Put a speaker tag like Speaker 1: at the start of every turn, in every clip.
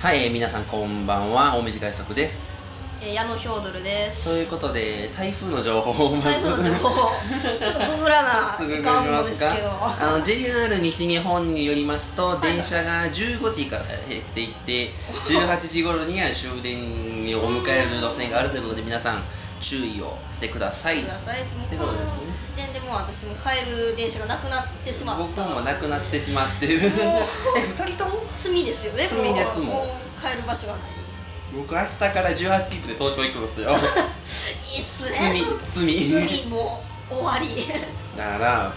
Speaker 1: はい、えー皆さんこんばんは大水快速です
Speaker 2: えー矢野ヒョードルで
Speaker 1: という
Speaker 2: す。
Speaker 1: ことで台風の情報をまず
Speaker 2: 台風の情 報、ちょっとググらなあ
Speaker 1: ちょっとググり
Speaker 2: かんの
Speaker 1: ま
Speaker 2: ですす
Speaker 1: か
Speaker 2: けど。
Speaker 1: あの JR 西日本によりますと、
Speaker 2: い
Speaker 1: 電車が15時から減っていって18時頃には終電を迎える路線があるということで皆さん注意をしてください
Speaker 2: ください。も
Speaker 1: て
Speaker 2: う
Speaker 1: こ
Speaker 2: ことの
Speaker 1: ですね
Speaker 2: 時点でもう私も帰る電車がなくなってしまった。
Speaker 1: 僕もなくなってしまって るえ
Speaker 2: お
Speaker 1: 2人とも
Speaker 2: 罪ですよね。
Speaker 1: 罪ですもん
Speaker 2: う帰る場所がない。いい
Speaker 1: 僕明日から18切符で東京行くん ですよ
Speaker 2: っす
Speaker 1: 罪
Speaker 2: ね。
Speaker 1: 罪
Speaker 2: 罪もう終わり。は
Speaker 1: だから
Speaker 2: いは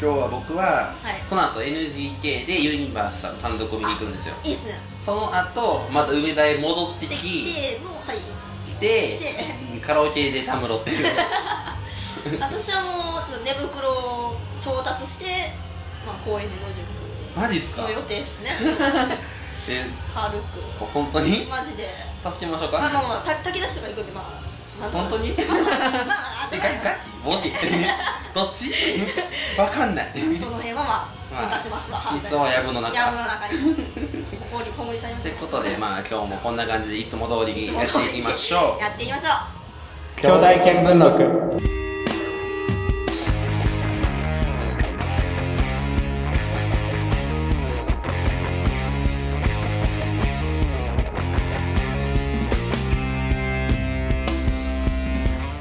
Speaker 1: 今日は僕は、
Speaker 2: い
Speaker 1: この後 NGK でユニバースさん単独を見に行くんですよ
Speaker 2: い。いいっすね。
Speaker 1: その後また梅田へ戻って
Speaker 2: で
Speaker 1: きて
Speaker 2: きてのはい。
Speaker 1: うんカラオケでたむろっていう
Speaker 2: 私はもうちょっと寝袋を調達して、まあ公園で50分
Speaker 1: マジっすか
Speaker 2: の予定ですね。
Speaker 1: え
Speaker 2: 軽く。
Speaker 1: 本当に
Speaker 2: マジで。
Speaker 1: 助けましょ うか
Speaker 2: まあまあまあ、た炊き出しとか行くんで、まあ、なんとか
Speaker 1: 本当に
Speaker 2: まあ、あ
Speaker 1: え
Speaker 2: ん
Speaker 1: ガ
Speaker 2: たら
Speaker 1: ガチボディ どっちわかんない
Speaker 2: その辺はま
Speaker 1: まあ
Speaker 2: あ、任せますわ。
Speaker 1: 真相は藪の中
Speaker 2: やぶの中に。 ここに、こもりされま
Speaker 1: と
Speaker 2: し
Speaker 1: いう
Speaker 2: た。
Speaker 1: ことでまあ今日もこんな感じでいつも通り
Speaker 2: い
Speaker 1: に
Speaker 2: つも
Speaker 1: やって
Speaker 2: 通り
Speaker 1: いきましょう
Speaker 2: やっていきましょう。
Speaker 1: 兄弟見聞録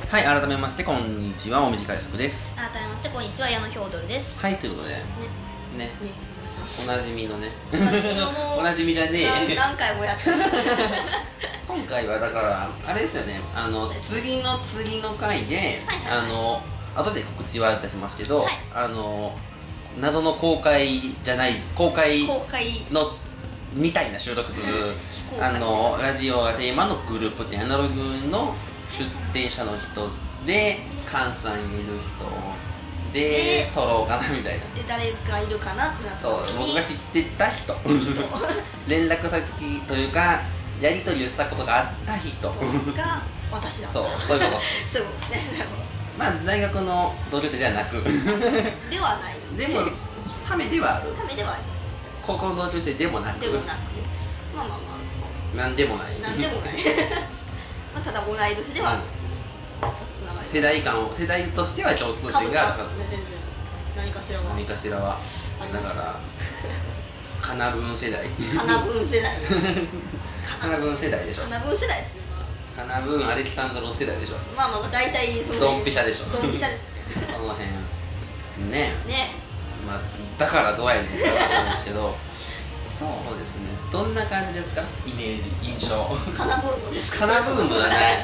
Speaker 1: はい改めましてこんにちはおみじかいすくです
Speaker 2: 改めまして、こんにちは、矢野ひょうどるです。
Speaker 1: はいということでね
Speaker 2: ね、ね、お願いしま
Speaker 1: お
Speaker 2: す。
Speaker 1: なじみのね
Speaker 2: も
Speaker 1: おなじみじゃねえ
Speaker 2: 何何回もやってる。は
Speaker 1: 今回はだからあれですよねあの次の次の回で、
Speaker 2: はいはい
Speaker 1: あの後で告知は出しますけど、
Speaker 2: はい
Speaker 1: あの謎の公開じゃない公開
Speaker 2: い公開、
Speaker 1: のみたいな収録する
Speaker 2: 非公
Speaker 1: あ
Speaker 2: 開。
Speaker 1: のラジオがテーマのグループってアナログの出展者の人で関西にいる人で
Speaker 2: で
Speaker 1: 撮ろうかなみたいな
Speaker 2: で、誰がいるかなってなった
Speaker 1: そう
Speaker 2: 時
Speaker 1: 僕
Speaker 2: に
Speaker 1: が、知ってた 人連絡先というかやり取りをしたことがあった人
Speaker 2: 人が私だった。
Speaker 1: そうそういうこと
Speaker 2: そういうことですね。なるほ
Speaker 1: まあ大学の同級生ではな くで
Speaker 2: どではない。
Speaker 1: もためではある
Speaker 2: ためではあります。
Speaker 1: 高校の同級生でもなく
Speaker 2: でもなく、まあまあまあ。
Speaker 1: なんでもない
Speaker 2: なんでもない まあただ同い年ではつながり
Speaker 1: 世代間を世代としては共通
Speaker 2: かぶ
Speaker 1: 点
Speaker 2: って
Speaker 1: があ
Speaker 2: ま
Speaker 1: る
Speaker 2: すからね全然何かしらは
Speaker 1: 何かしらは
Speaker 2: り
Speaker 1: だ
Speaker 2: ま
Speaker 1: か
Speaker 2: す
Speaker 1: ら かなぶん世代
Speaker 2: かなぶん世代
Speaker 1: かなぶん世代でしょ
Speaker 2: かなぶん世代ですね
Speaker 1: かなぶんアレキサンドロ世代でしょ
Speaker 2: まあまあまあ大体その
Speaker 1: ドンピシャでしょ
Speaker 2: ドンピシャですよ
Speaker 1: この辺ね
Speaker 2: ねね
Speaker 1: まあだからどうやねんって話なんですけ どそうですねどんな感じですかイメージ印象
Speaker 2: かなぶんのです
Speaker 1: カ
Speaker 2: か
Speaker 1: ナブーンのじ ゃない
Speaker 2: か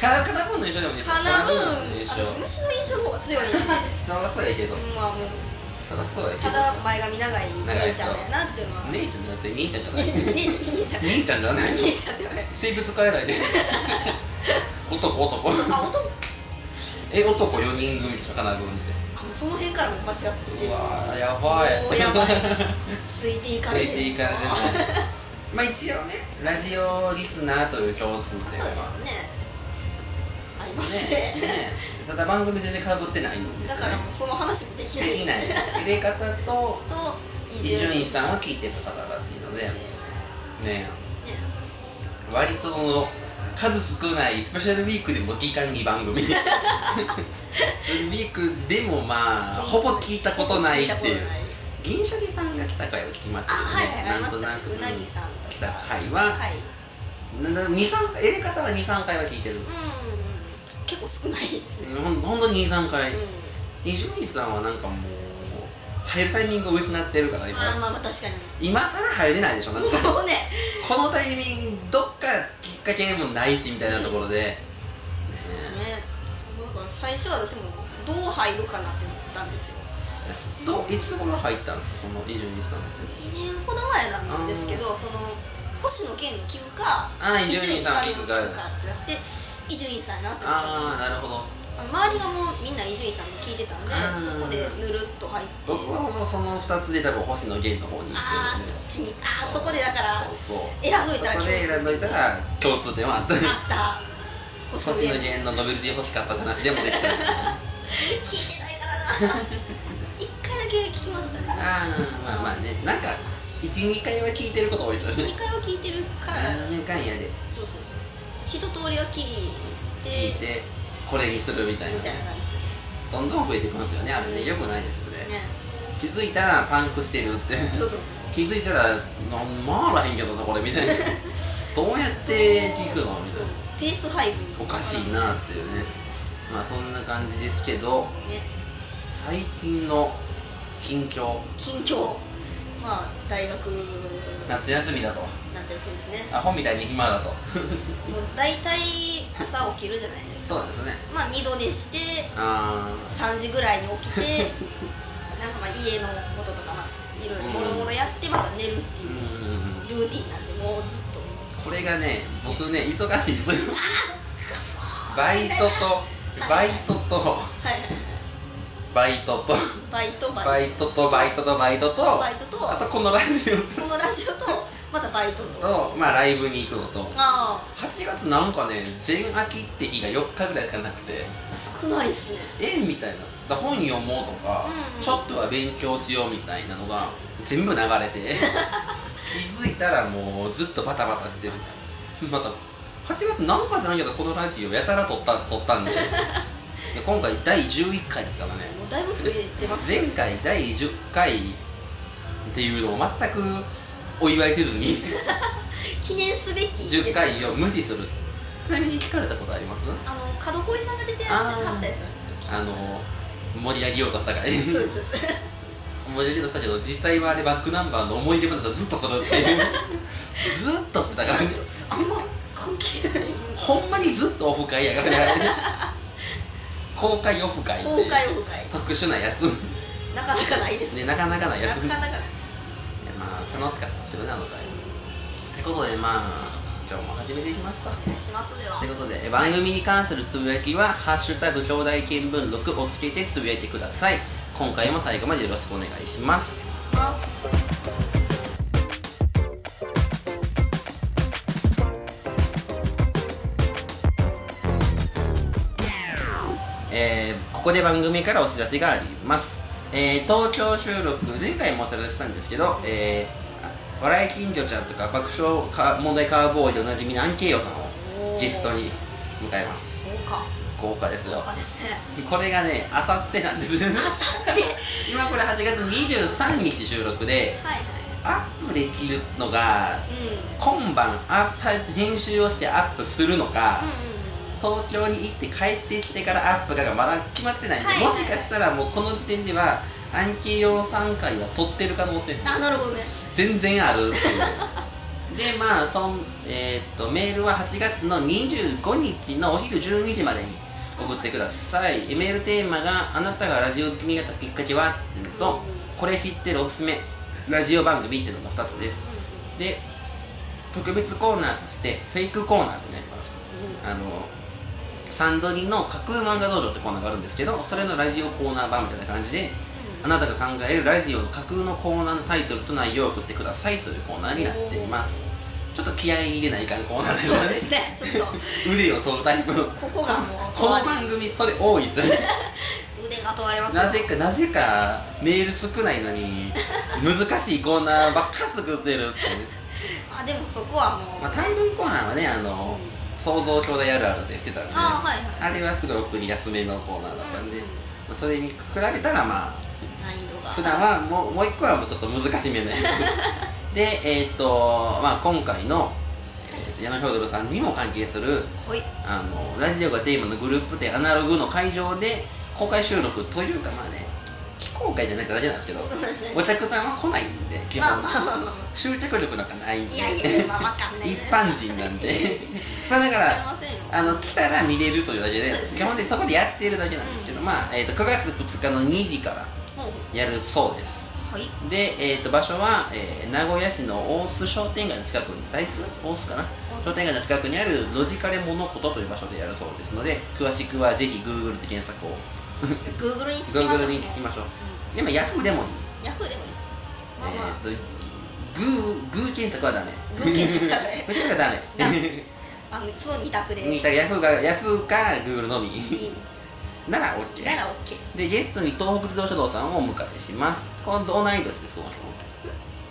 Speaker 1: カナカナブーンの印象でもいいですよ
Speaker 2: なぶ
Speaker 1: カナブーン
Speaker 2: ん
Speaker 1: の印象
Speaker 2: 私虫の印象の方が強いんで
Speaker 1: そらそうやけど
Speaker 2: まあもう
Speaker 1: そらそうやけ
Speaker 2: た
Speaker 1: ど
Speaker 2: だ前髪長い姉ちゃんだよなっていうのは
Speaker 1: 姉ちゃんじゃなくて兄ちゃんじゃな い
Speaker 2: 姉ちゃん姉ちゃ
Speaker 1: 兄ちゃん
Speaker 2: ん姉
Speaker 1: じゃない
Speaker 2: ちゃんだよね
Speaker 1: 性別変えないで 男男
Speaker 2: あ男
Speaker 1: え男4人組でしょカナブーンっ
Speaker 2: あもうその辺からも間違って
Speaker 1: てう
Speaker 2: る
Speaker 1: わーやばい
Speaker 2: お ーやばい
Speaker 1: つ
Speaker 2: ついていかれ
Speaker 1: い
Speaker 2: る
Speaker 1: ていかれてない まあ一応ねラジオリスナーという共通点
Speaker 2: そうで
Speaker 1: は
Speaker 2: すねあります
Speaker 1: ね
Speaker 2: ね
Speaker 1: ねただ番組全然かぶってないんです
Speaker 2: だからもうその話もでき
Speaker 1: で
Speaker 2: ない
Speaker 1: きない
Speaker 2: と
Speaker 1: 入れ方と
Speaker 2: 伊
Speaker 1: 伊集
Speaker 2: 集
Speaker 1: 院
Speaker 2: 院
Speaker 1: さんは聞いてる方が熱いので、ねえ割とその数少ないスペシャルウィークでも期間2番 組スペシャルウィークでもまあほぼ聞いたことないっていう銀シャリさんが来た回を聞きまし
Speaker 2: あ
Speaker 1: た
Speaker 2: はい
Speaker 1: け
Speaker 2: はい
Speaker 1: どねな
Speaker 2: ありま
Speaker 1: んと
Speaker 2: し
Speaker 1: な
Speaker 2: た
Speaker 1: く
Speaker 2: うなぎさんと
Speaker 1: 来た
Speaker 2: か
Speaker 1: 回
Speaker 2: は
Speaker 1: はい23回入れ方は23回は聞いてる
Speaker 2: うん結構少ないですね
Speaker 1: ほんほんと23
Speaker 2: う
Speaker 1: 回
Speaker 2: ん
Speaker 1: 伊集院さんはなんかもう入るタイミングを失ってるから今
Speaker 2: あーまあまあ確かに
Speaker 1: 今更入れないでしょなんか
Speaker 2: もうね
Speaker 1: このタイミングどっかきっかけもないしみたいなところで、ねえ
Speaker 2: ねだから最初は私もどう入るかなって思ったんですよ
Speaker 1: そういつ頃入ったんですかその伊集院さんって
Speaker 2: 2年ほど前なんですけどその星野源を聞くか
Speaker 1: ああ伊
Speaker 2: 伊
Speaker 1: 集院
Speaker 2: 集院
Speaker 1: さん
Speaker 2: さ
Speaker 1: 聞
Speaker 2: ん聞
Speaker 1: く
Speaker 2: く
Speaker 1: か
Speaker 2: かってなって伊集院さんやなって思ったんで
Speaker 1: あ
Speaker 2: す
Speaker 1: あなるほど
Speaker 2: 周りがもうみんな伊集院さん聞いてたんで
Speaker 1: あー
Speaker 2: そこでぬるっと入って
Speaker 1: 僕はもうその2つで多分星野源の方に行ってるんで
Speaker 2: ああそっちにああそこでだから
Speaker 1: そうそう
Speaker 2: 選んどい
Speaker 1: そ
Speaker 2: たら
Speaker 1: こで選んどいたら共通点はあった
Speaker 2: あった
Speaker 1: 星
Speaker 2: 星
Speaker 1: 野
Speaker 2: 野源
Speaker 1: 源のノベルティ欲しかったって話でもできた
Speaker 2: 聞 いてないからな一回だけ聞きましたね
Speaker 1: ああまあまあねなんか12回は聞いてること多いですよね
Speaker 2: 12回は聞いてるから
Speaker 1: 何やかんやで
Speaker 2: そうそうそう一通りは
Speaker 1: 聞
Speaker 2: 聞い
Speaker 1: い
Speaker 2: て
Speaker 1: てこれにするみたいな
Speaker 2: みたいな感じです
Speaker 1: どんどん増えていきますよねあれねよくないですよ
Speaker 2: よ
Speaker 1: ね
Speaker 2: ねね
Speaker 1: 気づいたらパンクしてるって
Speaker 2: そうそうそう
Speaker 1: 気づいたらなんまあらへんけどなこれみ たいなどうやって聞くのみ
Speaker 2: そ
Speaker 1: た
Speaker 2: う
Speaker 1: いな
Speaker 2: ペース配
Speaker 1: お
Speaker 2: 分
Speaker 1: かしいなっていうね
Speaker 2: そうそうそ
Speaker 1: まあそんな感じですけど
Speaker 2: うね
Speaker 1: 最近の近況
Speaker 2: 近況まあ大学
Speaker 1: 夏休みだと
Speaker 2: 夏休みですね
Speaker 1: アホみたいに暇だと
Speaker 2: もう大体朝起きるじゃないですか
Speaker 1: そうですね
Speaker 2: まあ二度寝して
Speaker 1: あー
Speaker 2: 3時ぐらいに起きて なんかまあ家のこととかまあいろいろもろもろやってまた寝るって
Speaker 1: う
Speaker 2: いうんルーティンなんでもうずっと
Speaker 1: これがね僕ね忙しいですよ
Speaker 2: くそー
Speaker 1: バイトとバイトと
Speaker 2: はいはい
Speaker 1: バイトと
Speaker 2: はいバイト
Speaker 1: バ
Speaker 2: バイ
Speaker 1: イトとバイトとバイトと
Speaker 2: トバイトと
Speaker 1: あとこのラジ
Speaker 2: このラジオとまたバイト
Speaker 1: オ
Speaker 2: と
Speaker 1: と、まあ、ライブに行くのと
Speaker 2: ああ
Speaker 1: 8月なんかね全空きって日が4日ぐらいしかなくて
Speaker 2: 少ないっすね
Speaker 1: えみたいなだ本読もうとか、
Speaker 2: うんうん
Speaker 1: ちょっとは勉強しようみたいなのが全部流れ て気づいたらもうずっとバタバタしてるまた8月なんかじゃないけどこのラジオやたら撮った撮ったんで で今回第11回ですからね
Speaker 2: もうだいぶ増えてます
Speaker 1: 前回第10回っていうのを全くお祝いせずに
Speaker 2: 記念すべきです
Speaker 1: 10回を無視するちなみに聞かれたことあります
Speaker 2: あの角恋さんが出てはったやつなんです
Speaker 1: あ
Speaker 2: よ
Speaker 1: の盛り上げようとしたから
Speaker 2: そうで
Speaker 1: 盛
Speaker 2: すそうです
Speaker 1: り上げようとしたけど実際はあれバックナンバーの思い出話をずっとす るっていうずっとだからね
Speaker 2: あんま関係ない
Speaker 1: ほんまにずっとオフ会やからねあれね 公開オフ会っていう
Speaker 2: 公開オフ会
Speaker 1: 特殊なやつ
Speaker 2: なかなかないですね
Speaker 1: ねなかなかな
Speaker 2: な
Speaker 1: やつ
Speaker 2: かなかない
Speaker 1: まあ楽しかったですけどねあの回ってことでまあ今日も始めていきますか
Speaker 2: お願いしますでは
Speaker 1: ということでえ番組に関するつぶやきは「ハッシュタグ兄弟見聞録」をつけてつぶやいてください今回も最後までよろしくお願いします
Speaker 2: お願いします
Speaker 1: えーここで番組からお知らせがあります、えー東京収録前回もお知らせしたんですけど、えー、笑い金魚ちゃんとか爆笑か問題カーボーイでおなじみのアンケイヨさんを
Speaker 2: おー
Speaker 1: ゲストに迎えます
Speaker 2: 豪
Speaker 1: 豪
Speaker 2: 華
Speaker 1: 華ですよ
Speaker 2: 豪華ですね
Speaker 1: これがねあさってなんです
Speaker 2: あさって
Speaker 1: 今これ8月23日収録で
Speaker 2: はい
Speaker 1: アップできるのが
Speaker 2: はいうん
Speaker 1: 今晩アップさ編集をしてアップするのか、
Speaker 2: う
Speaker 1: 東京に行って帰ってきてからアップかがまだ決まってないんで、
Speaker 2: はい
Speaker 1: もしかしたらもうこの時点ではアンケー用3回は取ってる可能性
Speaker 2: んうんあなるほどね
Speaker 1: 全然あるっ ていうでまあそん、えーっとメールは8月の25日のお昼12時までに送ってくださいメールテーマが「あなたがラジオ好きになったきっかけは?」っていうのと「これ知ってるおすすめラジオ番組」っていうのが2つですで特別コーナーとしてフェイクコーナーとなりますあのサンドリの架空漫画道場ってコーナーがあるんですけどそれのラジオコーナー版みたいな感じであなたが考えるラジオの架空のコーナーのタイトルと内容を送ってくださいというコーナーになっていますちょっと気合い入れないかんコーナーで
Speaker 2: そうですすねちょっと
Speaker 1: よね腕を取るタイプの
Speaker 2: ここがもう
Speaker 1: この番組それ多いですよね
Speaker 2: 腕が問われますよ
Speaker 1: なぜかなぜかメール少ないのに難しいコーナーばっか作ってるっていう
Speaker 2: あでもそこはもう
Speaker 1: まあ、短文コーナーはね、あの、想像兄弟あるあるでしてたんで、
Speaker 2: あーは
Speaker 1: あ
Speaker 2: いはい
Speaker 1: れはすごい送りやすめのコーナーだったんで、
Speaker 2: うんうん
Speaker 1: まあそれに比べたら、まあ、
Speaker 2: 難易度が
Speaker 1: 普段はもうもう一個はちょっと難しめの やつ。で、えーっ、と、まあ、今回の、えー矢野ヒョドルさんにも関係する、
Speaker 2: ほい
Speaker 1: あの、ラジオがテーマのグループでアナログの会場で公開収録というか、まあね、非公開じゃないってだけなんですけど、
Speaker 2: そうなんです
Speaker 1: お
Speaker 2: ね
Speaker 1: 客さんは来ないんで、基
Speaker 2: まあ
Speaker 1: 本
Speaker 2: ま。あまあまあ
Speaker 1: 集客力なんかないんで。
Speaker 2: いやいやまあわかんな い
Speaker 1: 一般人なん でまあだか
Speaker 2: わかり
Speaker 1: ら
Speaker 2: ませんよ
Speaker 1: あの来たら見れるというだけで
Speaker 2: そうですね
Speaker 1: 基本的にそこでやってるだけなんですけど、まあ、えー、と9月2日の2時から
Speaker 2: ほう
Speaker 1: やるそうです
Speaker 2: はい
Speaker 1: で、えー、と場所は、えー名古屋市の大須商店街の近くに大須大須かな
Speaker 2: 須
Speaker 1: 商店街の近くにあるロジカレモノコトという場所でやるそうですので詳しくはぜひ Google で検索を
Speaker 2: Google に聞きましょ
Speaker 1: Google
Speaker 2: う
Speaker 1: で聞きましょう今 Yahoo でもいい、
Speaker 2: ヤフーでもいいですまあまあ
Speaker 1: えー、と Goo Goo 検索はダメ
Speaker 2: グー検索はダメ
Speaker 1: Goo 検索はダメ
Speaker 2: ダメあのその二択でいい
Speaker 1: にヤフーがヤフーか Google のみ なら OK
Speaker 2: なら OK です
Speaker 1: でゲストに東北自動車道さんをお迎えします今度同い年ですこの人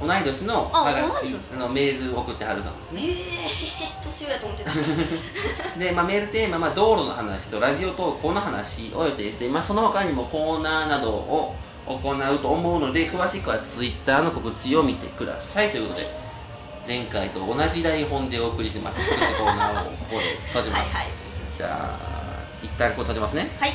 Speaker 1: 同い年の
Speaker 2: あ
Speaker 1: はがき
Speaker 2: 同い年ですか
Speaker 1: あのメール送ってはる方なんです
Speaker 2: え
Speaker 1: ね
Speaker 2: ー、年上やと思ってた
Speaker 1: で、まあ、メールテーマは、まあ、道路の話とラジオ投稿の話を予定していますその他にもコーナーなどを行うと思うので詳しくは Twitter の告知を見てくださいということで前回と同じ台本でお送りしました告知コーナーをここで閉じま
Speaker 2: はい
Speaker 1: す、
Speaker 2: はい
Speaker 1: じゃあ一旦ここ閉じますね
Speaker 2: はい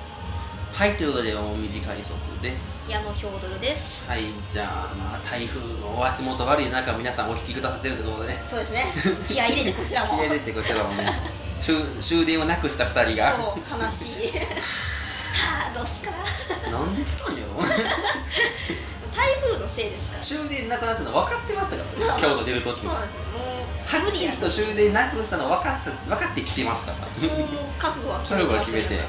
Speaker 1: はいということでお短い速です
Speaker 2: 矢野ヒョードルです
Speaker 1: はいじゃあまあ台風のお足元悪い中皆さんお聞きくださってるってことでね
Speaker 2: そうですね気合い入れてこちら
Speaker 1: 気
Speaker 2: も
Speaker 1: 合い入れてこちらもね終終電をなくした2人が
Speaker 2: そう悲しいはあどうすか
Speaker 1: なんで来たんやろ
Speaker 2: 台風のせいですから
Speaker 1: 終電なくなったの分かってましたからね
Speaker 2: まあ
Speaker 1: 今日
Speaker 2: まあ
Speaker 1: の出る途中
Speaker 2: そうなんですよもう
Speaker 1: はっきりと終電なくしたの分かった分かって来てますから
Speaker 2: もう覚悟は決
Speaker 1: そ れ
Speaker 2: めて
Speaker 1: は
Speaker 2: ます
Speaker 1: 決めて
Speaker 2: よ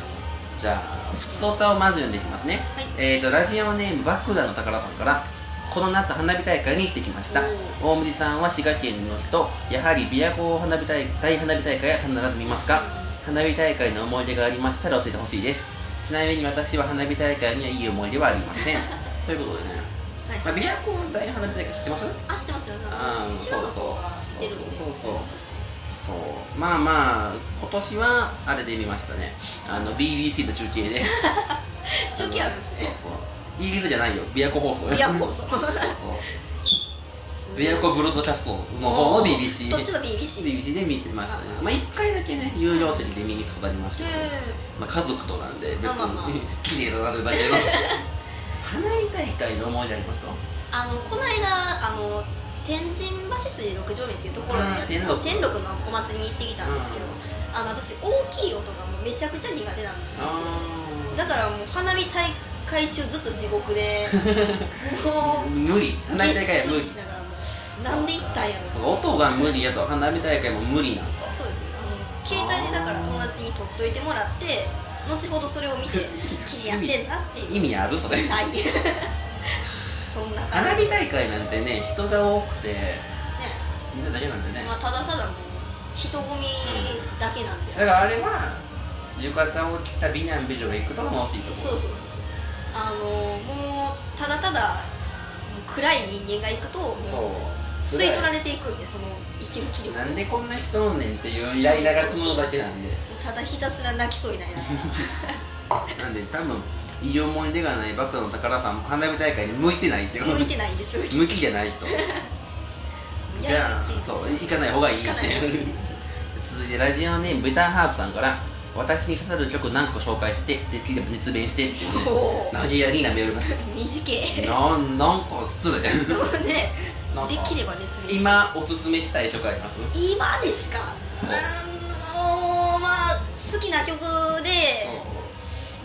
Speaker 1: じゃあ普通歌をまず読んでいきますね、えーとラジオネームバクダの宝さんからこの夏花火大会に行ってきました大森さんは滋賀県の人やはり琵琶湖花火大大花火大会は必ず見ますか花火大会の思い出がありましたら教えてほしいですちなみに私は花火大会にはいい思い出はありま せんということでね、
Speaker 2: はい
Speaker 1: まあ、琵琶湖大花火大会知ってます
Speaker 2: あ知ってますよ
Speaker 1: あー
Speaker 2: 滋
Speaker 1: そう
Speaker 2: 賀の
Speaker 1: そう
Speaker 2: 方が来てるんで
Speaker 1: そうそうそうそうまあまあ今年はあれで見ましたねあの BBC の中継で
Speaker 2: 中継あるんですね
Speaker 1: そうそうイギリスじゃないよ琵琶湖放送
Speaker 2: 琵琶湖放送
Speaker 1: そうそう琵琶湖ブロードキャストの方
Speaker 2: お
Speaker 1: の
Speaker 2: ー
Speaker 1: BBC
Speaker 2: そっちの BBC うん
Speaker 1: BBC で見てましたねまあ一回だけね有料席で見に行くことありましたけど、まあ、家族となんで別
Speaker 2: まあまあまあ
Speaker 1: に綺麗だなというだけの花 火大会の思い出ありますか
Speaker 2: あのこの間あの天神橋筋六条目っていうところでやってた
Speaker 1: あー天
Speaker 2: 天禄のお祭りに行ってきたんですけどあの私大きい音がもうめちゃくちゃ苦手なんですよだからもう花火大会中ずっと地 獄でもう
Speaker 1: 無理花火大会
Speaker 2: げっ
Speaker 1: は
Speaker 2: そ
Speaker 1: 無
Speaker 2: り
Speaker 1: 理
Speaker 2: しながらもうなんで行ったんやろ
Speaker 1: 音が無理やと花火大会も無理なんか
Speaker 2: そうですねあの携帯でだから友達に撮っといてもらって後ほどそれを 見て綺麗やってんなっていう
Speaker 1: 意味あるそ れ
Speaker 2: ないそんな感
Speaker 1: 花
Speaker 2: じ
Speaker 1: 火大会なんてね人が多くて
Speaker 2: ね
Speaker 1: 死んだだけなんでね
Speaker 2: まあ、ただただもう人混みだけなんで、
Speaker 1: だからあれは浴衣を着た美男美女が行くと楽しいと思う
Speaker 2: そうそうそうそうあのもうただただもう暗い人間が行くともう
Speaker 1: そう
Speaker 2: 吸い取られていくんでその生きる気力
Speaker 1: なんでこんな人おんねんっていうイライラが募るだけなんで
Speaker 2: もうただひたすら泣きそう になりなが
Speaker 1: な
Speaker 2: ら
Speaker 1: んで多分いい思い出がないバカの宝さんも花火大会に向いてないってこと
Speaker 2: 向いてないんですよ
Speaker 1: 向きじゃない人じゃあそう行かない方がいいって
Speaker 2: 行かない方がいい
Speaker 1: 続いてラジオネームベターハープさんから私に刺さる曲何個紹介してできれば熱弁してっていうね
Speaker 2: おお
Speaker 1: 投げやりなメールが
Speaker 2: 短い
Speaker 1: なんなんか失礼
Speaker 2: でもね
Speaker 1: なんか
Speaker 2: できれば熱弁して
Speaker 1: 今おすすめしたい曲あります
Speaker 2: 今ですかうーんまあ好きな曲で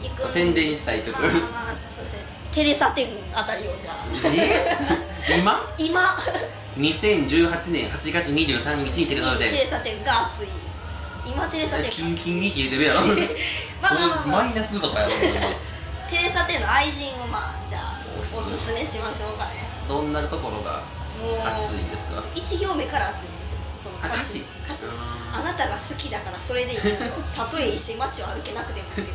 Speaker 2: 行く
Speaker 1: 宣伝したい曲
Speaker 2: まあまあまあそうですねテレサテンあたりをじゃあ
Speaker 1: え今
Speaker 2: 今
Speaker 1: 2018年8月23日にテレサ
Speaker 2: テレ
Speaker 1: で
Speaker 2: サテンが熱い今テレサテ
Speaker 1: キン
Speaker 2: ン
Speaker 1: キンに冷えてるやろこ
Speaker 2: まあまあ
Speaker 1: れ
Speaker 2: ま
Speaker 1: マ
Speaker 2: あ、
Speaker 1: イ
Speaker 2: まあ、
Speaker 1: ナスとかやろ
Speaker 2: テレサテンの愛人をまあじゃあおすすめしましょうかね
Speaker 1: どんなところが
Speaker 2: もう
Speaker 1: 熱いですか
Speaker 2: 一行目から熱いんですよその
Speaker 1: あ
Speaker 2: 歌詞歌詞
Speaker 1: うん
Speaker 2: あなたが好きだからそれでいいよたとえ石町を歩けなくてもっ ていう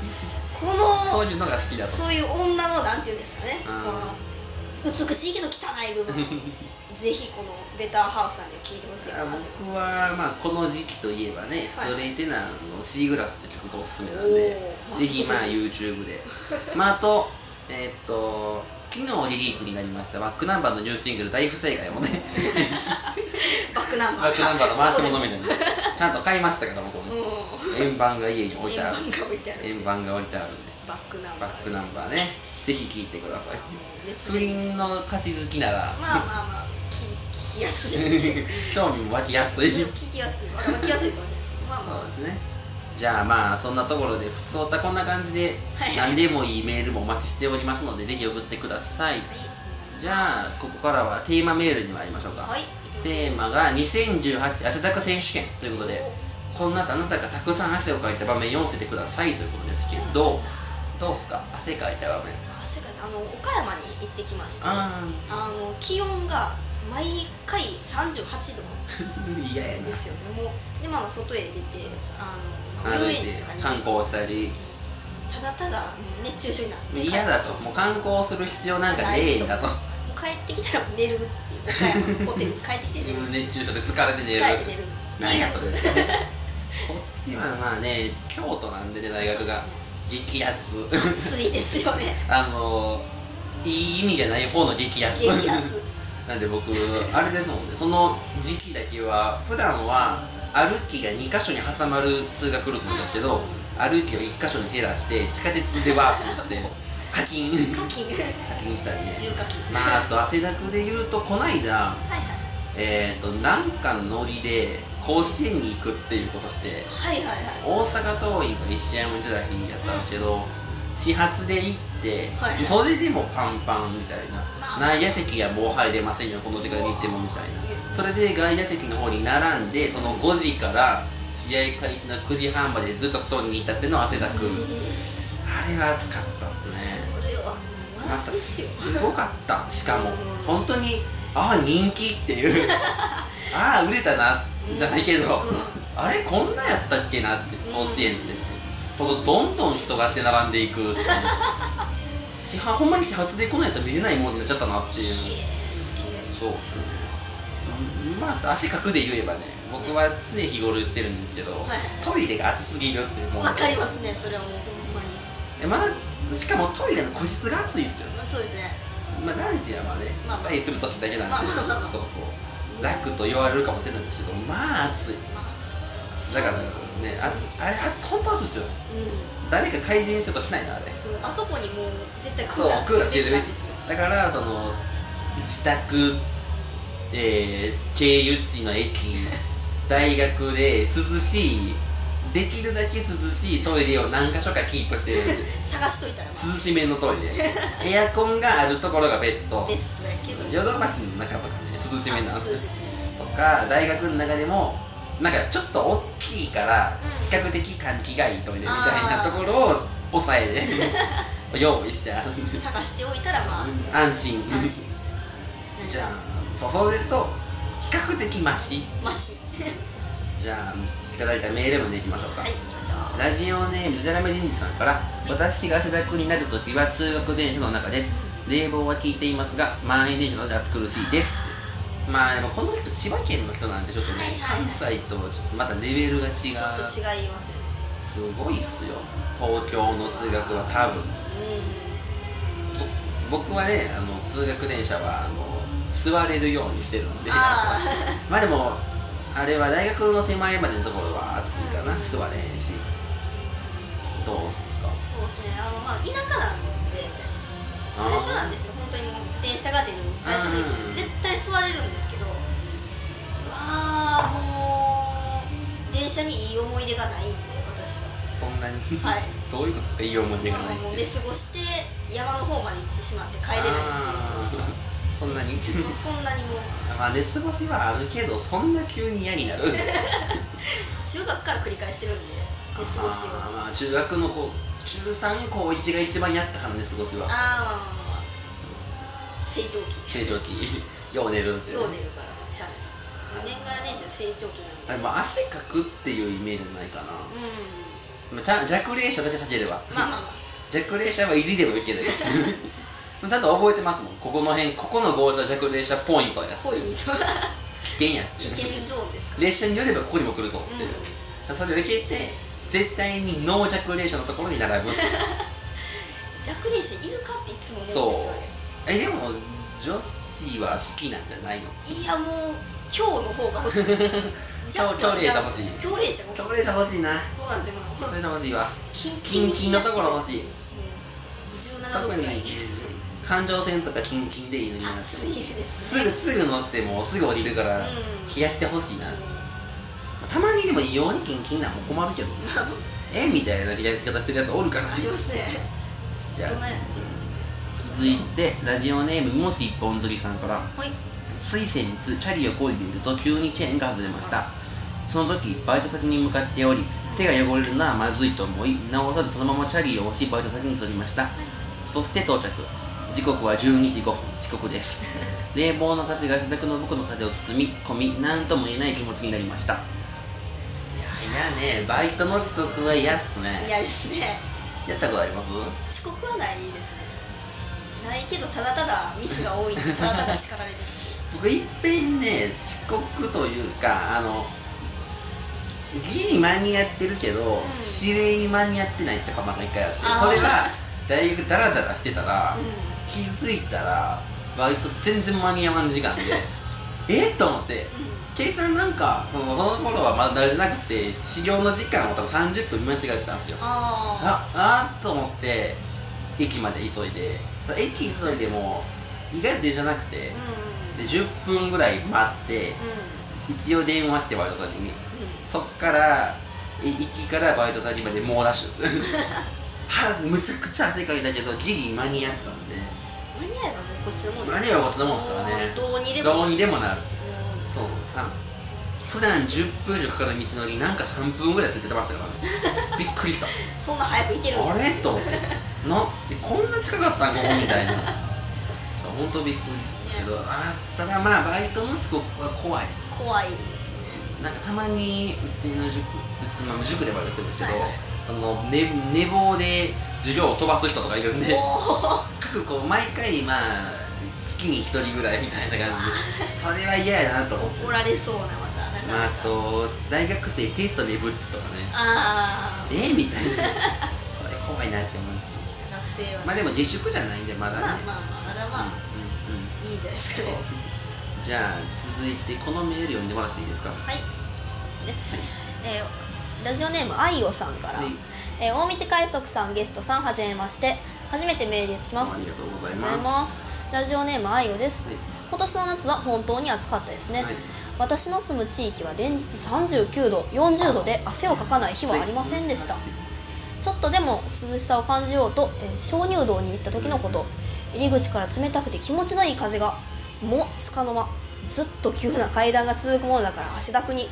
Speaker 2: この
Speaker 1: そういうのが好きだと
Speaker 2: そういう女のなんていうんですかね
Speaker 1: うん
Speaker 2: この美しいけど汚 い部分ぜひこのベターハウスさんには聴いてほしい
Speaker 1: あ
Speaker 2: なってます
Speaker 1: 僕は、まあ、この時期といえばね、ストレイテナーの「シーグラス」って曲がおすすめなんで
Speaker 2: おー
Speaker 1: ぜひまあ YouTube でまああとえーっと昨日リリースになりましたバックナンバーのニューシングル「大不正解」 もね
Speaker 2: バックナンバー
Speaker 1: バックナンバーの回し物みたいなちゃんと買いましたけど僕も
Speaker 2: うん
Speaker 1: 円盤が家に置いて
Speaker 2: 円
Speaker 1: あ
Speaker 2: 盤
Speaker 1: る
Speaker 2: が置いてある
Speaker 1: 円盤が置いてあるんで
Speaker 2: バックナンバ
Speaker 1: バ
Speaker 2: ー
Speaker 1: ックナンバーねぜひ聴いてください
Speaker 2: 熱
Speaker 1: 不倫
Speaker 2: 弁
Speaker 1: の歌詞好きなら、
Speaker 2: まあまあまあ聞聞きやす い
Speaker 1: 興味も湧きやすい
Speaker 2: 聞きやすいわかきやすいかもしれないですけどまあま
Speaker 1: そう
Speaker 2: あ
Speaker 1: ですねじゃあまあそんなところで普通おたこんな感じで
Speaker 2: はい
Speaker 1: 何でもいいメールもお待ちしておりますのでぜひ送ってください
Speaker 2: はいお願いし
Speaker 1: じゃあここからはテーマメールに参りましょうか
Speaker 2: ますはい行きましょう
Speaker 1: テーマが2018汗だく選手権ということで
Speaker 2: お
Speaker 1: ここの夏あなたがたくさん汗をかいた場面読ませてくださいということですけどどうですか汗かいた場面
Speaker 2: 汗かいたあの岡山に行ってきましてあ
Speaker 1: あ
Speaker 2: の気温が毎回38度
Speaker 1: ー嫌やな
Speaker 2: ですよねもうでまあまあ外へ出てあの、まあ、
Speaker 1: 歩
Speaker 2: 遊
Speaker 1: い
Speaker 2: 園
Speaker 1: て
Speaker 2: 地とかに
Speaker 1: 観光したり
Speaker 2: ただただもう熱中症になって
Speaker 1: 嫌だともう観光する必要なんかねえんだと
Speaker 2: もう帰ってきたら寝るっていう岡山のホテルに帰ってきて
Speaker 1: 自
Speaker 2: 寝る
Speaker 1: 分の熱中症で疲れて寝
Speaker 2: 疲
Speaker 1: る
Speaker 2: れて寝る
Speaker 1: なん やそれこ
Speaker 2: そうですね
Speaker 1: っちはまあね京都なんでね大学が激アツ
Speaker 2: 暑いですよね
Speaker 1: あのいい意味じゃない方の激アツ
Speaker 2: 激熱
Speaker 1: なんで僕あれですもんねその時期だけは普段は歩きが2箇所に挟まる通学ルートなんですけど歩きを1箇所に減らして地下鉄でわーって行って課金 課
Speaker 2: 課金
Speaker 1: 金したりね
Speaker 2: 重課金
Speaker 1: まああと汗だくで言うとこないだ
Speaker 2: はいはい
Speaker 1: えっ、ー、となんかのノリで甲子園に行くっていうことして
Speaker 2: はいはいはい
Speaker 1: 大阪桐蔭が1試合も出た日やったんですけど始発で行って、
Speaker 2: はいはい
Speaker 1: それでもパンパンみたいな、
Speaker 2: まあ
Speaker 1: 内野席はもう入れませんよこの時間に行ってもみたいな
Speaker 2: す
Speaker 1: それで外野席の方に並んでその5時から試合開始の9時半までずっとストーリーにいたってのは汗だく、あ
Speaker 2: え
Speaker 1: れは暑かったっすね
Speaker 2: ーそれはもう
Speaker 1: また
Speaker 2: 真夏ですよ
Speaker 1: すごかったしかも
Speaker 2: うん
Speaker 1: 本当にああ人気っていう ああ売れたなじゃないけど、
Speaker 2: うん
Speaker 1: あれこんなやったっけなって
Speaker 2: うん
Speaker 1: 甲子園ってそのどんどん人がして並んでいく 始発ほんまに始発で来ないと見れないもんになっちゃったなっていう
Speaker 2: ひえ
Speaker 1: そうそ
Speaker 2: すげえ
Speaker 1: ううんまあ汗かくで言えばね僕は常日頃言ってるんですけど、
Speaker 2: はい
Speaker 1: トイレが暑すぎるってもう
Speaker 2: わかりますねそれはもうほんまに
Speaker 1: えまだしかもトイレの個室が暑いんですよ
Speaker 2: まあそうですね
Speaker 1: まあ男子はまあね、
Speaker 2: まあまあ
Speaker 1: 対する時だけなんですけど、
Speaker 2: まあまあまあ
Speaker 1: そうそう、楽と言われるかもしれないんですけど、まあ暑い。
Speaker 2: まあそ
Speaker 1: だからね、暑あれ暑、本当暑いですよ。
Speaker 2: うん
Speaker 1: 誰か改善するとしないな、あれ。そ
Speaker 2: そうあそこにもう絶対ク
Speaker 1: う
Speaker 2: ーラーつけて
Speaker 1: つ
Speaker 2: き
Speaker 1: け
Speaker 2: た
Speaker 1: る
Speaker 2: んですよ
Speaker 1: だから、その、自宅、えー、経由地の駅、 大学で涼しい、できるだけ涼しいトイレを何箇所かキープしてるん ですよ
Speaker 2: 探しといたらま
Speaker 1: 涼しめのトイレ。エアコンがあるところがベスト
Speaker 2: あ。ベストやけど
Speaker 1: ヨドバシの中とかね、涼しめな
Speaker 2: あ
Speaker 1: んです
Speaker 2: そう
Speaker 1: よ
Speaker 2: ですね
Speaker 1: とか大学の中でもなんかちょっと大きいから
Speaker 2: うん
Speaker 1: 比較的換気がいいトイレみたいなところを抑えで 用意してあるんです
Speaker 2: 探しておいたらまあ
Speaker 1: 安心
Speaker 2: 安心なんか
Speaker 1: じゃあそうそれと比較的マシ
Speaker 2: マシ
Speaker 1: じゃあいただいたメールもでいきましょうか、
Speaker 2: はい行きましょう
Speaker 1: ラジオネームでだらめ人事さんから私が汗だくになるときは通学電車の中です冷房は効いていますが満員電車なので暑苦しいですまあでもこの人千葉県の人なんでちょっとね、
Speaker 2: はいは
Speaker 1: 関西
Speaker 2: いはい
Speaker 1: とちょっとまたレベルが違う
Speaker 2: ちょっと違いますよね
Speaker 1: すごいっすよ東京の通学は多分
Speaker 2: うんきついです
Speaker 1: 僕はねあの通学電車はあの座れるようにしてるんで
Speaker 2: ああ
Speaker 1: まあでもあれは大学の手前までのところは暑いかな座れへんしどうっすか
Speaker 2: そうですね、あのまあ田舎なんで、最初なんですよ、本当にもう電車が出る最初の駅
Speaker 1: うん
Speaker 2: で、絶対座れるんですけど、まあ、もう、電車にいい思い出がないんで、私は。
Speaker 1: そんなに、
Speaker 2: はい
Speaker 1: どういうことですかいい思い出がない
Speaker 2: もう
Speaker 1: って
Speaker 2: 出過ごして、山の方まで行ってしまって帰れない
Speaker 1: あーそん なに
Speaker 2: っていう、そんなにもう、
Speaker 1: まあ寝過ごしはあるけどそんな急に嫌になる
Speaker 2: 中学から繰り返してるんで、出 過ごし
Speaker 1: あー
Speaker 2: は。
Speaker 1: まあ中学の子中3高1が一番やったから寝過ごしは
Speaker 2: ああ、まあまあまあまあ、成長期。
Speaker 1: 成長期 よう寝るって
Speaker 2: よう寝るから、しゃあないです。年がら年中成長期な
Speaker 1: あで
Speaker 2: んで。
Speaker 1: も汗かくっていうイメージないかな、
Speaker 2: うん
Speaker 1: まあ、ちゃん弱冷者だけ避ければ
Speaker 2: まあまあまあ
Speaker 1: 弱冷者はいじればいけ ないちゃんと覚えてますもんここの辺ここの号車弱冷者ポイントや
Speaker 2: ポイン トが
Speaker 1: 危険やっ
Speaker 2: 危
Speaker 1: ちゅう
Speaker 2: 険ゾーンですか
Speaker 1: 列車によればここにも来るとっていう、
Speaker 2: うん
Speaker 1: それで受けて絶対に脳弱冷車のところに並ぶ
Speaker 2: 若齢者いるかっていつも思うんです
Speaker 1: えで
Speaker 2: よね
Speaker 1: も女子は好きなんじゃないの
Speaker 2: いやもう今日の方が欲しいです
Speaker 1: 超超齢者欲しい
Speaker 2: 強齢者欲しい
Speaker 1: 弱冷車欲しいな
Speaker 2: そうなんですよ
Speaker 1: 弱
Speaker 2: もう
Speaker 1: 冷車欲しいわ
Speaker 2: キン
Speaker 1: キンキンのところ
Speaker 2: も
Speaker 1: 欲しい
Speaker 2: 17度
Speaker 1: 特
Speaker 2: ぐ
Speaker 1: に
Speaker 2: らい
Speaker 1: 環状線とかキンキンでいいのになって
Speaker 2: 暑いです
Speaker 1: す
Speaker 2: ね
Speaker 1: ぐすぐ乗ってもうすぐ降りるから
Speaker 2: うん
Speaker 1: 冷やしてほしいな、たまにでも異様にキンキンなんも困るけど
Speaker 2: まあま
Speaker 1: えみたいな冷やし方してるやつおるから
Speaker 2: あありますね
Speaker 1: じゃ
Speaker 2: ど
Speaker 1: あ
Speaker 2: んなんやってんじ
Speaker 1: 続いてラジオネームもし一本釣りさんから
Speaker 2: ゃんはい
Speaker 1: つい先日チャリを漕いでいると急にチェーンが外れましたその時バイト先に向かっており手が汚れるのはまずいと思い直さずそのままチャリを押しバイト先に急ぎましたそして到着時刻は12時5分遅刻です 冷房の風が自宅の僕の風を包み込み何とも言えない気持ちになりましたいやいやねバイトの遅刻は嫌っすね
Speaker 2: 嫌ですね
Speaker 1: やったことあります
Speaker 2: 遅刻はないですねないけどただただミスが多いただただ 叱られる
Speaker 1: 僕いっぺんね遅刻というかあのギリ間に合ってるけど、
Speaker 2: ん
Speaker 1: 指令に間に合ってないってパターンが一回あって
Speaker 2: あー
Speaker 1: それがだいぶダラダラしてたら、
Speaker 2: う
Speaker 1: 気づいたらバイト全然間に合わん時 間でえっと思って
Speaker 2: んうん
Speaker 1: 計算なんかそのその頃はまだ慣れてなくて始業の時間を多分30分間違えてたんですよ
Speaker 2: ああ
Speaker 1: ああーと思って駅まで急いで駅急いでも意外と出じゃなくて
Speaker 2: うん
Speaker 1: で10分ぐらい待って
Speaker 2: うん
Speaker 1: 一応電話してバイト先に
Speaker 2: う
Speaker 1: そっからい行きからバイト先まで猛ダッシュです はむちゃくちゃ汗かいたけどギリ間に合ったんで
Speaker 2: ん間に合えばもうこっちのもん
Speaker 1: 間に合えばこっちのもんですからね
Speaker 2: どうにでも
Speaker 1: どうにでもなる
Speaker 2: もう
Speaker 1: そうさ普段10分以上かかる道のりなんか3分ぐらいついてますから ねびっくりした
Speaker 2: そんな早く行けるん
Speaker 1: あ
Speaker 2: だ
Speaker 1: れと思ってなこんな近かったんここみたいな本当びっくりしたけどあーただまあバイトの遅刻は怖い
Speaker 2: 怖いですね
Speaker 1: なんかたまにうちの塾うちの塾でバイトしてるんですけど、
Speaker 2: はいはい
Speaker 1: その寝寝坊で授業を飛ばす人とかいるんで
Speaker 2: もう
Speaker 1: 各こう毎回まあ月に1人ぐらいみたいな感じでそれは嫌やなと思って、
Speaker 2: 怒られそうなまたな
Speaker 1: まあ、
Speaker 2: かな
Speaker 1: あ
Speaker 2: か、
Speaker 1: と大学生テスト寝ぶっつとかね
Speaker 2: ああ
Speaker 1: えー、みたいなそれ怖いなって思うんですね
Speaker 2: 学生は、
Speaker 1: まあでも自粛じゃないんでまだね
Speaker 2: まあ、まあまあまだまあ
Speaker 1: うんうんうん
Speaker 2: いいんじゃないですかね
Speaker 1: じゃあ続いてこのメール読んでもらっていいですかは
Speaker 2: はいですね、えーラジオネームあいおさんか
Speaker 1: い
Speaker 2: ら、えー大道海賊さんゲストさんはじめまして初めてメールし
Speaker 1: あ
Speaker 2: ます
Speaker 1: りがとうござい
Speaker 2: あり
Speaker 1: ます
Speaker 2: がとうございますラジオネームあいおです、
Speaker 1: はい
Speaker 2: 今年の夏は本当に暑かったですね、
Speaker 1: はい
Speaker 2: 私の住む地域は連日39度40度で汗をかかない日はありませんでしたちょっとでも涼しさを感じようと、えー鍾乳洞に行った時のこと入り口から冷たくて気持ちのいい風がもつかの間ずっと急な階段が続くものだから汗だくに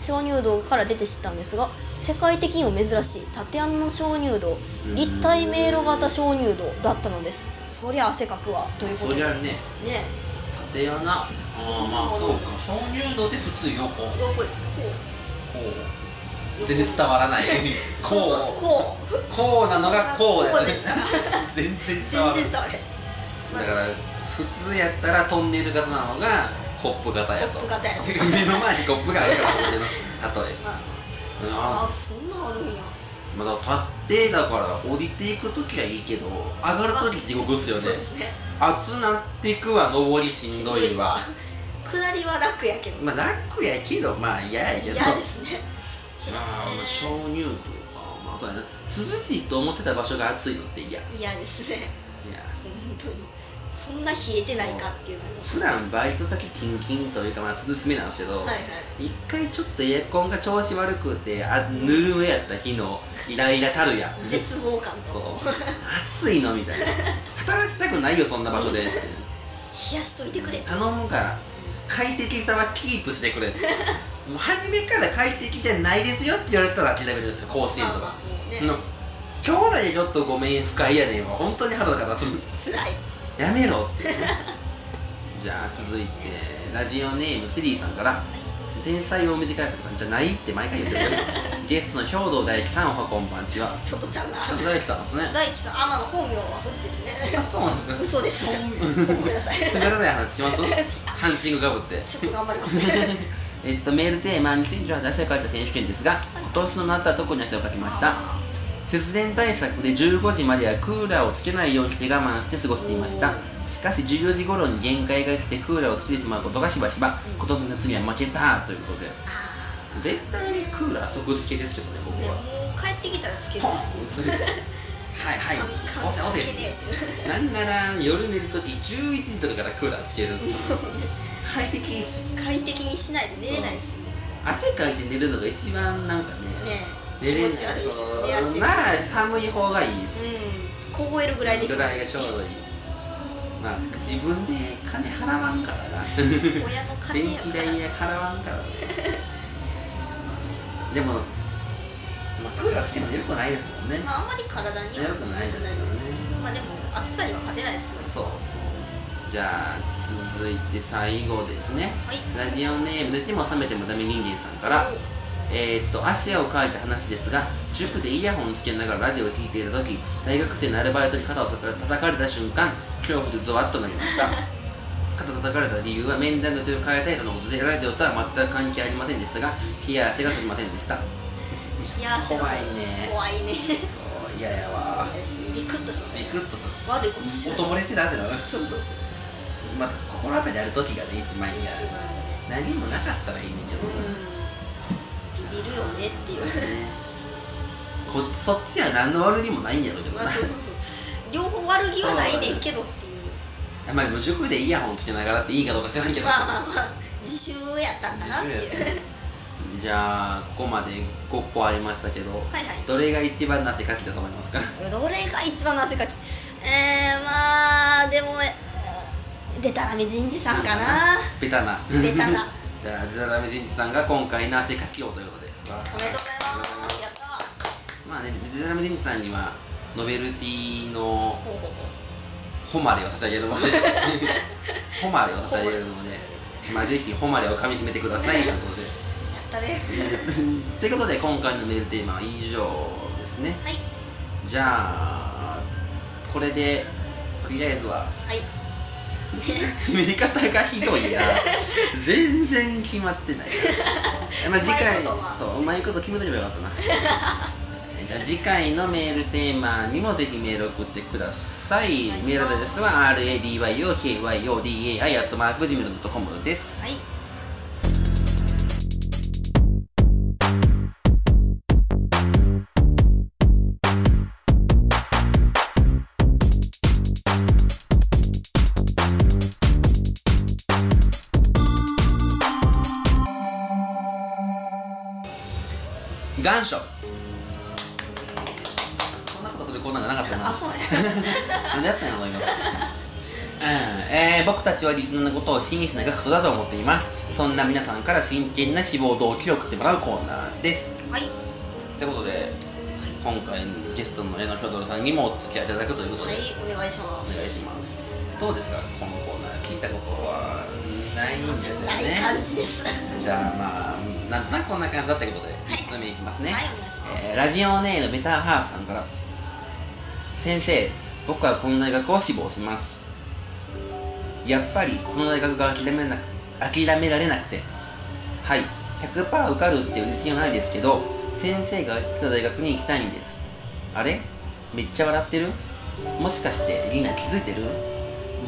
Speaker 2: 鍾乳洞から出て知ったんですが世界的にも珍しい縦穴の鍾乳洞
Speaker 1: うん
Speaker 2: 立体迷路型鍾乳洞だったのですそりゃ汗かくわということ
Speaker 1: そ
Speaker 2: で
Speaker 1: り
Speaker 2: ね
Speaker 1: ゃね縦穴あ
Speaker 2: そう
Speaker 1: あまあそうか鍾乳洞って普通横こ
Speaker 2: 横ですこう
Speaker 1: う
Speaker 2: です
Speaker 1: 全然伝わらない
Speaker 2: そうそ
Speaker 1: こう
Speaker 2: う
Speaker 1: こう
Speaker 2: こう
Speaker 1: なのがこう
Speaker 2: こう
Speaker 1: で
Speaker 2: です
Speaker 1: す全然伝
Speaker 2: 全
Speaker 1: わらない
Speaker 2: 然伝
Speaker 1: だから
Speaker 2: われへん
Speaker 1: 普通やったらトンネル型なのがコップ型やと
Speaker 2: コップ型やと
Speaker 1: 目の前にコップがあるから それの例え
Speaker 2: まあ
Speaker 1: あ
Speaker 2: あ
Speaker 1: あ
Speaker 2: あそんなんあるんや
Speaker 1: まだ立ってだから降りていく時はいいけど上がる時地獄っすよ
Speaker 2: そうで
Speaker 1: ね
Speaker 2: すね
Speaker 1: 熱なっていくわ上りしんどいわ
Speaker 2: 下りは楽やけど
Speaker 1: まあ楽やけどまあ嫌やけ
Speaker 2: 嫌
Speaker 1: ど
Speaker 2: で
Speaker 1: ます
Speaker 2: ね
Speaker 1: あまあ鍾乳洞かまあそうやな涼しいと思ってた場所が暑いのって嫌いや
Speaker 2: 嫌ですね本当にそんな冷えてないかっていうのも
Speaker 1: 普段バイト先キンキンというかまあ涼しめなんですけど、
Speaker 2: はいはい
Speaker 1: 一回ちょっとエアコンが調子悪くてあぬるめやった日のイライラたるや
Speaker 2: 絶望感
Speaker 1: そ
Speaker 2: と
Speaker 1: う暑いのみたいな働きたくないよそんな場所でって
Speaker 2: 冷やしといてくれって
Speaker 1: 頼むから快適さはキープしてくれって もう初めから快適じゃないですよって言われたら諦めるんですよ甲子園
Speaker 2: まあ
Speaker 1: と
Speaker 2: まあ
Speaker 1: か、
Speaker 2: もうね
Speaker 1: の兄弟でちょっとごめん不快やねんは本当に腹が立つ
Speaker 2: 辛い
Speaker 1: やめろ ってじゃあ続いてラジオネームスリーさんから「天才大水海作さんじゃない」って毎回言って るゲストの兵藤大樹さんおはこんばんちは
Speaker 2: ちょっとちゃう
Speaker 1: 兵藤
Speaker 2: な
Speaker 1: 大樹さんですね
Speaker 2: 大輝さんあまあ本名はそっちです
Speaker 1: あ
Speaker 2: ね
Speaker 1: そうなんですか
Speaker 2: 嘘ですごめんなさい
Speaker 1: くだらない話しますハンチングかぶって
Speaker 2: ちょっと頑張りますね
Speaker 1: えっとメールテーマ2018汗をかいた選手権ですが今年の夏は特に汗をかきました節電対策で15時まではクーラーをつけないようにして我慢して過ごしていましたしかし14時頃に限界が来てクーラーをつけてしまうことがしばしば今年の夏には負けたということで絶対にクーラー即つけですけどね僕
Speaker 2: でも
Speaker 1: は
Speaker 2: う帰ってきたらつける
Speaker 1: ポン
Speaker 2: っていう
Speaker 1: はいはい
Speaker 2: 感
Speaker 1: 押
Speaker 2: 感謝
Speaker 1: せ押
Speaker 2: 的
Speaker 1: せ
Speaker 2: ねっていう
Speaker 1: なんなら夜寝るとき11時とかからクーラーつける快適
Speaker 2: 快適にしないで寝れないですね
Speaker 1: 汗かいて寝るのが一番なんかね
Speaker 2: え
Speaker 1: 寝
Speaker 2: 気
Speaker 1: れ
Speaker 2: 持
Speaker 1: ない
Speaker 2: ち悪いですよ寝汗
Speaker 1: なら寒い方がいい
Speaker 2: うん凍えるぐらいで
Speaker 1: ぐらいがちょうどいいまあ自分で金払わんからな電
Speaker 2: 親の金やか
Speaker 1: 気
Speaker 2: ら
Speaker 1: 代や払わんからなでも、まあ、クーラーつけてもよくないですもんね、
Speaker 2: まあ、あんまり体には
Speaker 1: よくないですよね
Speaker 2: まあでも暑さには勝てないですもん
Speaker 1: そうそうじゃあ続いて最後ですね
Speaker 2: はい
Speaker 1: ラジオネーム熱も冷めてもダメ人間さんから
Speaker 2: お
Speaker 1: えーっと足をかいた話ですが塾でイヤホンつけながらラジオを聴いていた時大学生のアルバイトに肩をたた叩かれた瞬間恐怖でゾワッとなりました 肩叩かれた理由は面談の予定を変えたいとのことでラジオとは全く関係ありませんでしたが冷や汗が取りませんでした
Speaker 2: 冷や汗が
Speaker 1: 怖いね
Speaker 2: 怖いね
Speaker 1: そう嫌やわ
Speaker 2: ビクッとしま
Speaker 1: ビ
Speaker 2: す
Speaker 1: ク
Speaker 2: ね
Speaker 1: ッとさ
Speaker 2: 悪いことしない
Speaker 1: 音漏れしてたってなる
Speaker 2: そうそう
Speaker 1: また心当たりある時がね一番いいや
Speaker 2: 一番ね
Speaker 1: 何もなかったらいいねんけど
Speaker 2: う
Speaker 1: ね
Speaker 2: んビビるよねっていう
Speaker 1: こそっちは何の悪気もないんやろうけど
Speaker 2: ま
Speaker 1: な
Speaker 2: あそうそうそう両方悪気はないねんけどっていう
Speaker 1: まあでも塾でイヤホンつけながらっていいかどうか知ら んけど、
Speaker 2: まあまあまあ自習やったんかなって
Speaker 1: 自習
Speaker 2: いう
Speaker 1: じゃあここまで5個ありましたけど
Speaker 2: はいはい
Speaker 1: どれが一番なしかきだと思いますか
Speaker 2: どれが一番の汗かきえー、まあでもでたらめ人事さんかな
Speaker 1: ベタな
Speaker 2: ベタな
Speaker 1: じゃあデタラメ人事さんが今回なしかきをということで
Speaker 2: おめでとうございますやったわ
Speaker 1: まあねデタラメ人事さんにはノベルティの
Speaker 2: ほうほうほう
Speaker 1: 誉れを捧げ るので誉れを捧げるのでまあぜひ誉れをかみしめてくださいということで
Speaker 2: やったね
Speaker 1: ということで今回のメールテーマは以上ですね
Speaker 2: はい
Speaker 1: じゃあこれでとりあえずは
Speaker 2: はい
Speaker 1: 締め方がひど いな全然決まってないなまあ次回
Speaker 2: うまいことは
Speaker 1: そううまいこと決めとけばよかったな じゃあ次回のメールテーマにもぜひメール送ってください
Speaker 2: 願いします
Speaker 1: メールアドレスは radyokyodai.gmail.com です
Speaker 2: はい
Speaker 1: 願 書こんなことするコーナーがなかったな
Speaker 2: あそうね
Speaker 1: なんでやったんやろ今 うんえー僕たちはリスナーのことを真摯な学徒だと思っていますそんな皆さんから真剣な志望動機を送ってもらうコーナーです
Speaker 2: はい
Speaker 1: ってことで今回ゲストの江野ひょどるさんにもお付き合いいただくということで、
Speaker 2: はいお願いしま
Speaker 1: お願いし
Speaker 2: す
Speaker 1: ますどうですかこのコーナー聞いたことはないんですよ
Speaker 2: ない感
Speaker 1: ね
Speaker 2: じです
Speaker 1: じゃあまあなんとなくこんな感じだったことで1つ目いきますね、
Speaker 2: はいお願いします、
Speaker 1: えーラジオネームベターハーフさんから先生僕はこの大学を志望しますやっぱりこの大学が諦めなく諦められなくてはい100%受かるっていう自信はないですけど先生が言ってた大学に行きたいんですあれめっちゃ笑ってるもしかしてリナ気づいてる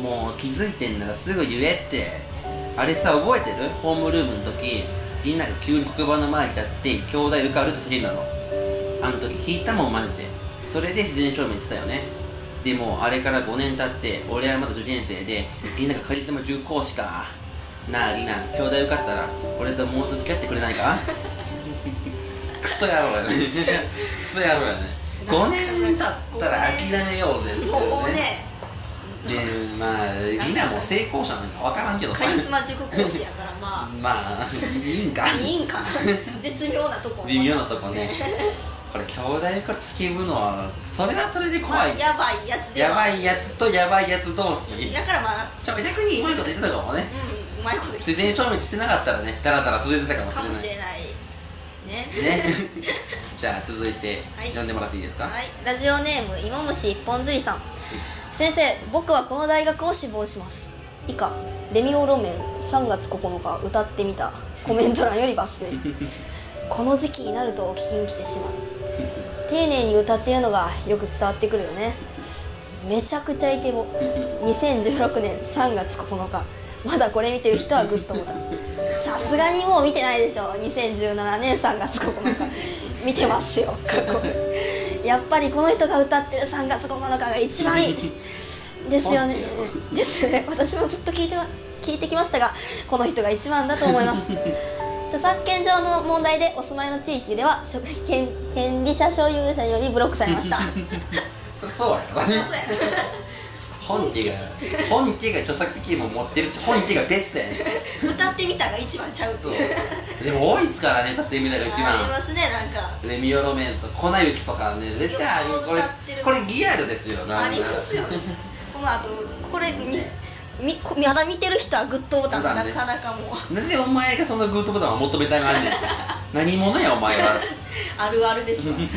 Speaker 1: もう気づいてんならすぐ言えってあれさ覚えてるホームルームの時リナが急に黒板の前に立って兄弟受かると叫んだのあの時引いたもんマジでそれで自然証明したよねでもあれから5年経って俺はまだ受験生でリナがカリスマ重講師かなあリナ兄弟受かったら俺ともう一つ付き合ってくれない かクソ野郎やねクソ野郎やね5年経ったら諦めようぜっていう
Speaker 2: もうね
Speaker 1: でまあリナも成功者なんか分からんけど
Speaker 2: カリスマ塾講師やか らまあ
Speaker 1: まあいいんか
Speaker 2: いいんかな絶妙なとこ
Speaker 1: 微妙なとこねこれ兄弟から叫ぶのはそれはそれで怖
Speaker 2: まあ
Speaker 1: い
Speaker 2: やばいやつで
Speaker 1: や
Speaker 2: は
Speaker 1: ばいやつとやばいやつ同士
Speaker 2: だからまあ
Speaker 1: ちょ逆にうまいこと言ってたかもね
Speaker 2: うんうまいこと言って
Speaker 1: 自然消滅してなかったらねダラダラ続いてたかもし
Speaker 2: か
Speaker 1: れな
Speaker 2: も
Speaker 1: い
Speaker 2: しれないね
Speaker 1: ねじゃあ続いて、
Speaker 2: はい
Speaker 1: 呼んでもらっていいですか、
Speaker 2: はいラジオネーム芋虫一本釣りさん先生僕はこの大学を志望します以下レミオロメン3月9日歌ってみたコメント欄より抜粋この時期になるとお聞きに来てしまう丁寧に歌っているのがよく伝わってくるよねめちゃくちゃイケボ2016年3月9日まだこれ見てる人はグッとボタンさすがにもう見てないでしょ2017年3月9日見てますよ過去やっぱりこの人が歌ってる3月9日が一番いいですよねですよね私もずっと聞いては聞いてきましたがこの人が一番だと思います著作権上の問題でお住まいの地域では所権権利者所有者によりブロックされました
Speaker 1: そそうやからね
Speaker 2: そうや
Speaker 1: 本家が本家が著作権も持ってるし本家がベストやねん
Speaker 2: 歌ってみたが一番ちゃう
Speaker 1: そ
Speaker 2: と
Speaker 1: うでも多いっすからね歌ってみたが一
Speaker 2: あり
Speaker 1: 番
Speaker 2: ますねなんか
Speaker 1: レミオロメンと粉雪とかね絶対あるこれ
Speaker 2: よく歌ってる
Speaker 1: これリアルですよな
Speaker 2: ありますよねこのあとこれにみこまだ見てる人はグッドボタンがなかなかもう
Speaker 1: なぜお前がそのグッドボタンを求めたがんねん何者やお前 は
Speaker 2: あるあるですわはい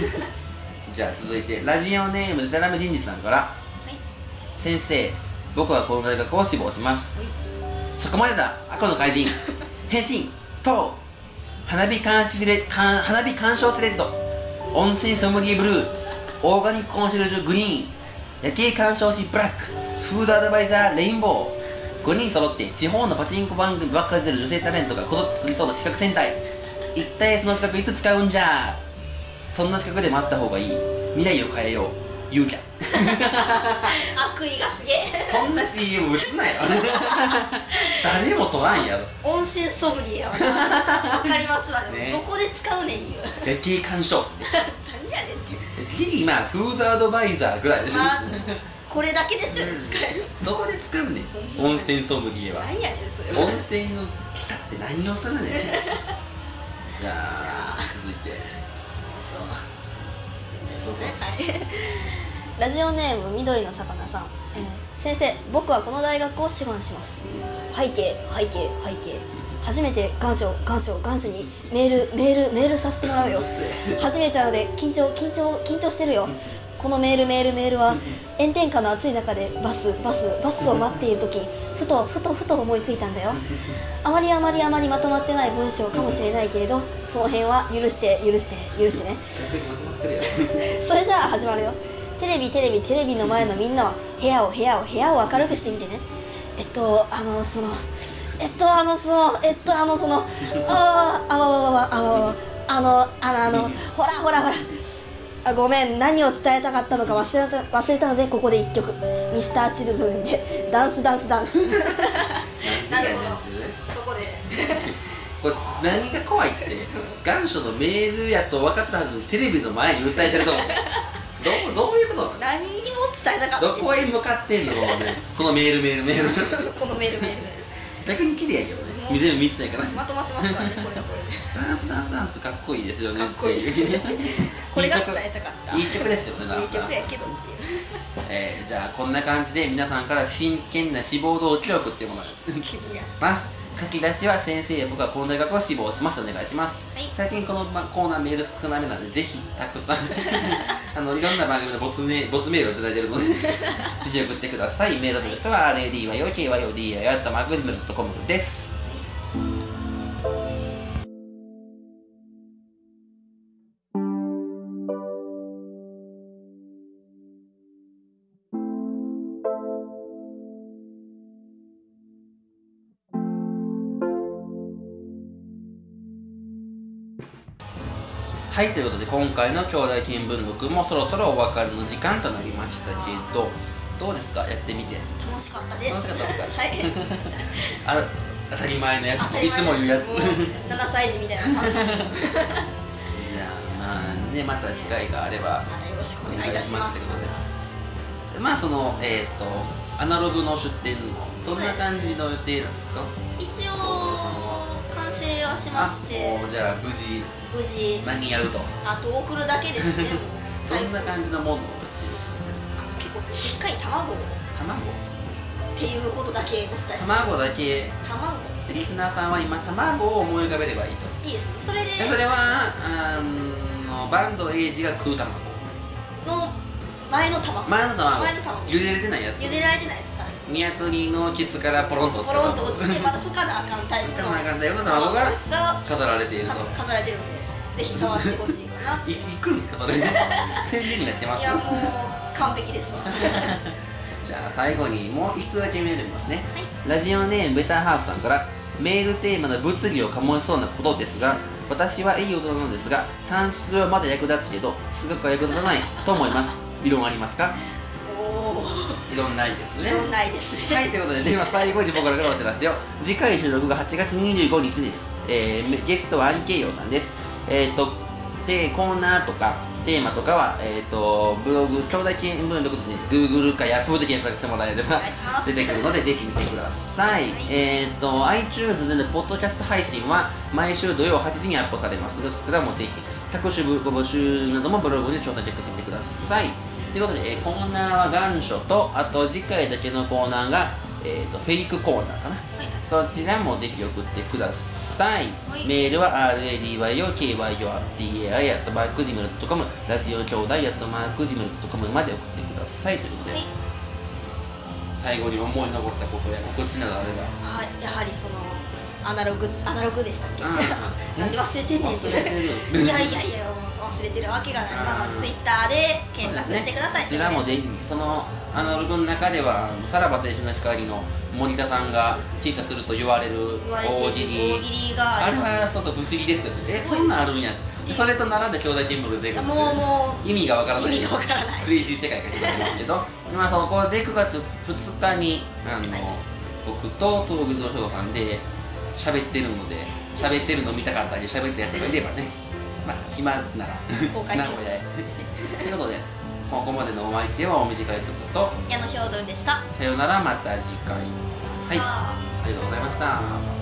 Speaker 1: じゃあ続いてラジオネームでたらめじんじさんから先生僕はこの大学を志望しますそこまでだ赤の怪人変身と花火監視レかん花火鑑賞スレッド温泉ソムリエブルーオーガニックコンシェルジュグリーン夜景鑑賞士ブラックフードアドバイザーレインボー5人揃って地方のパチンコ番組ばっかり出る女性タレントがこぞって取りそうな資格戦隊一体その資格いつ使うんじゃそんな資格で待った方がいい未来を変えよう勇者
Speaker 2: 悪意がすげえ
Speaker 1: そんな CM 打つなよ 誰も取らんやろ
Speaker 2: 温泉ソムリエやわなわかりますわでも、
Speaker 1: ね
Speaker 2: どこで使うねんいう
Speaker 1: 夜景鑑賞室ね
Speaker 2: 何やねんっていう
Speaker 1: ギリまあフードアドバイザーぐらいでしょ、
Speaker 2: まあ これだけですよね使える
Speaker 1: どこで使うねん温泉ソムリエは
Speaker 2: 何やねんそれは
Speaker 1: 温泉の来たって何をする ねんじゃあ続いて
Speaker 2: そうですねはいラジオネーム緑の魚さん、えー先生僕はこの大学を志願します背景背景背景初めて願書願書願書にメールメールメールさせてもらうよ初めてなので緊張緊張緊張してるよこのメールメールメールは炎天下の暑い中でバスバスバスを待っている時ふとふとふと思いついたんだよあまりあまりあまりまとまってない文章かもしれないけれどその辺は許して許して許してね
Speaker 1: 逆にまとまってるや
Speaker 2: それじゃあ始まるよテレビテレビテレビの前のみんなは部屋を部屋を部屋を明るくしてみてねえっとあのそのえっとあのそのえっとあのそのあーあわわわわあわわわあのあのあのほらほらほらあごめん何を伝えたかったのか忘れた忘れたのでここで1曲「ミスターチルドレンで「ダンスダンスダンス」
Speaker 1: んなんでやねんっ
Speaker 2: なるほど
Speaker 1: てね
Speaker 2: そこで
Speaker 1: これ何が怖いって願書のメールやと分かったはずのテレビの前に訴えてると思う どうどういうことなの
Speaker 2: 何を伝えたか
Speaker 1: どこへ向かってんのこのねこのメールメールメール
Speaker 2: このメールメールメ
Speaker 1: 逆に綺麗やけどね全部見てないから
Speaker 2: ールまとまってますからねこれはこれで
Speaker 1: ダンスダンスダンスかっこいいですよね
Speaker 2: かっこいいです ねこれが伝えたかった
Speaker 1: いい曲ですけどねダン
Speaker 2: いい
Speaker 1: スダン
Speaker 2: 曲
Speaker 1: ス、
Speaker 2: やけどっていう
Speaker 1: えー、じゃあこんな感じで皆さんから真剣な志望動機を送 ってもらい
Speaker 2: 君が
Speaker 1: ます書き出しは先生僕はこの大学を志望しますお願いします、最近このまコーナーメール少なめなんでぜひたくさ んあのいろんな番組のボツ,、ね、ボツメールをいただいてるのでぜひ送ってくださいメールアドレスは radyokyodai.com ですはいということで今回の兄弟見聞録もそろそろお別れの時間となりましたけどどうですかやってみて
Speaker 2: 楽しかったです
Speaker 1: 楽しかったあ
Speaker 2: はい
Speaker 1: 当たり前のや
Speaker 2: 当
Speaker 1: つい
Speaker 2: たり
Speaker 1: つ
Speaker 2: 前
Speaker 1: も言うやつじ
Speaker 2: つ7歳児みたいな 感 じ
Speaker 1: ゃあまあねまた機会があれば
Speaker 2: またよろしくお願いいたします
Speaker 1: お願いしまあそのえっ、とアナログの出店のどんな感じの予定なんですか
Speaker 2: 一応完成はしまして
Speaker 1: あもうじゃあ無事
Speaker 2: 無事
Speaker 1: 間に合うと
Speaker 2: あと送るだけですね
Speaker 1: どんな感じのものを
Speaker 2: あ結構でっかい卵っ
Speaker 1: 卵
Speaker 2: ていうことだけお伝えして
Speaker 1: 卵だけ
Speaker 2: 卵
Speaker 1: リスナーさんは今卵を思い浮かべればいいと
Speaker 2: いいですねそれで
Speaker 1: でそれはあのバンドエイジが食う卵
Speaker 2: の前の卵
Speaker 1: 前の卵
Speaker 2: 前の卵
Speaker 1: 茹でれてないやつ
Speaker 2: 茹でられてないやつさ
Speaker 1: ニワトリのケツからポロンと
Speaker 2: ポロンと落ちてま
Speaker 1: た
Speaker 2: た吹かなあかんタイ
Speaker 1: 不
Speaker 2: プ
Speaker 1: 可能
Speaker 2: の
Speaker 1: な
Speaker 2: 卵
Speaker 1: かんだような卵が
Speaker 2: が
Speaker 1: 飾られていると
Speaker 2: か飾られてるんでぜひ触ってほしいかな
Speaker 1: い行くんですか それ宣伝になってま
Speaker 2: い
Speaker 1: す
Speaker 2: やもう完璧ですわ
Speaker 1: じゃあ最後にもう一つだけメール見ますね、ラジオネームベターハーフさんからメールテーマの物理を醸しそうなことですが私はいい大人なんですが算数はまだ役立つけど数学は役立たないと思います理論ありますか
Speaker 2: おお
Speaker 1: 理論ないですね
Speaker 2: 問題ですね
Speaker 1: はい、ということで、では最後に僕らからお知らせを。次回収録が8月25日です。えー、ゲストはアンケイヨウさんです。えっ、と、で、コーナーとか、テーマとかは、えー、とブログ兄弟見聞録に Google か Yahoo で検索してもらえれば
Speaker 2: お願いします
Speaker 1: 出てくるのでぜひ見てください、
Speaker 2: はい
Speaker 1: えっ、と iTunes でのポッドキャスト配信は毎週土曜8時にアップされますのでそちらもぜひ各種ご募集などもブログで調査チェックしてみてくださいということで、えーコーナーは願書とあと次回だけのコーナーが、えー、とフェイクコーナーかなそちらもぜひ送ってください、
Speaker 2: はい
Speaker 1: メールは radyokyodai.markgmail.com ラジオ兄弟 .markgmail.com まで送ってくださいということで、
Speaker 2: はい
Speaker 1: 最後に思い残したことや告知などあれば
Speaker 2: はいやはりそのアナログアナログでした
Speaker 1: う
Speaker 2: っけ、
Speaker 1: ん
Speaker 2: なんで忘れてんねんそ
Speaker 1: 忘れてるよ
Speaker 2: れいやいやいやもう忘れてるわけがないま
Speaker 1: う
Speaker 2: あ
Speaker 1: ん
Speaker 2: ツイッターで検索してください
Speaker 1: そちらもぜひそのアナログの中ではさらば青春の光の森田さんが審査すると言われる
Speaker 2: 言われている
Speaker 1: 大喜利
Speaker 2: 大
Speaker 1: あれ
Speaker 2: 喜利がありま
Speaker 1: は
Speaker 2: す
Speaker 1: そうそう不思議ですよねえ
Speaker 2: すごい
Speaker 1: そんなんあるんや
Speaker 2: で
Speaker 1: それと並んで兄弟見聞で出てく
Speaker 2: いや
Speaker 1: る
Speaker 2: もうもう
Speaker 1: 意味がわからない
Speaker 2: 意味がわからない
Speaker 1: クレイジー世界が広がるんですけど まあそこで9月2日にあの、
Speaker 2: はい
Speaker 1: 僕と東口の書道さんで喋ってるので喋ってるの見たかったり喋ってるやつがいればねまあ暇なら
Speaker 2: 公開しよ
Speaker 1: 名
Speaker 2: う
Speaker 1: 古屋へということでここまでのお相手はお短いすると
Speaker 2: 矢野ひょうどんでした、
Speaker 1: さよならまた次回はい
Speaker 2: さあ
Speaker 1: ありがとうございました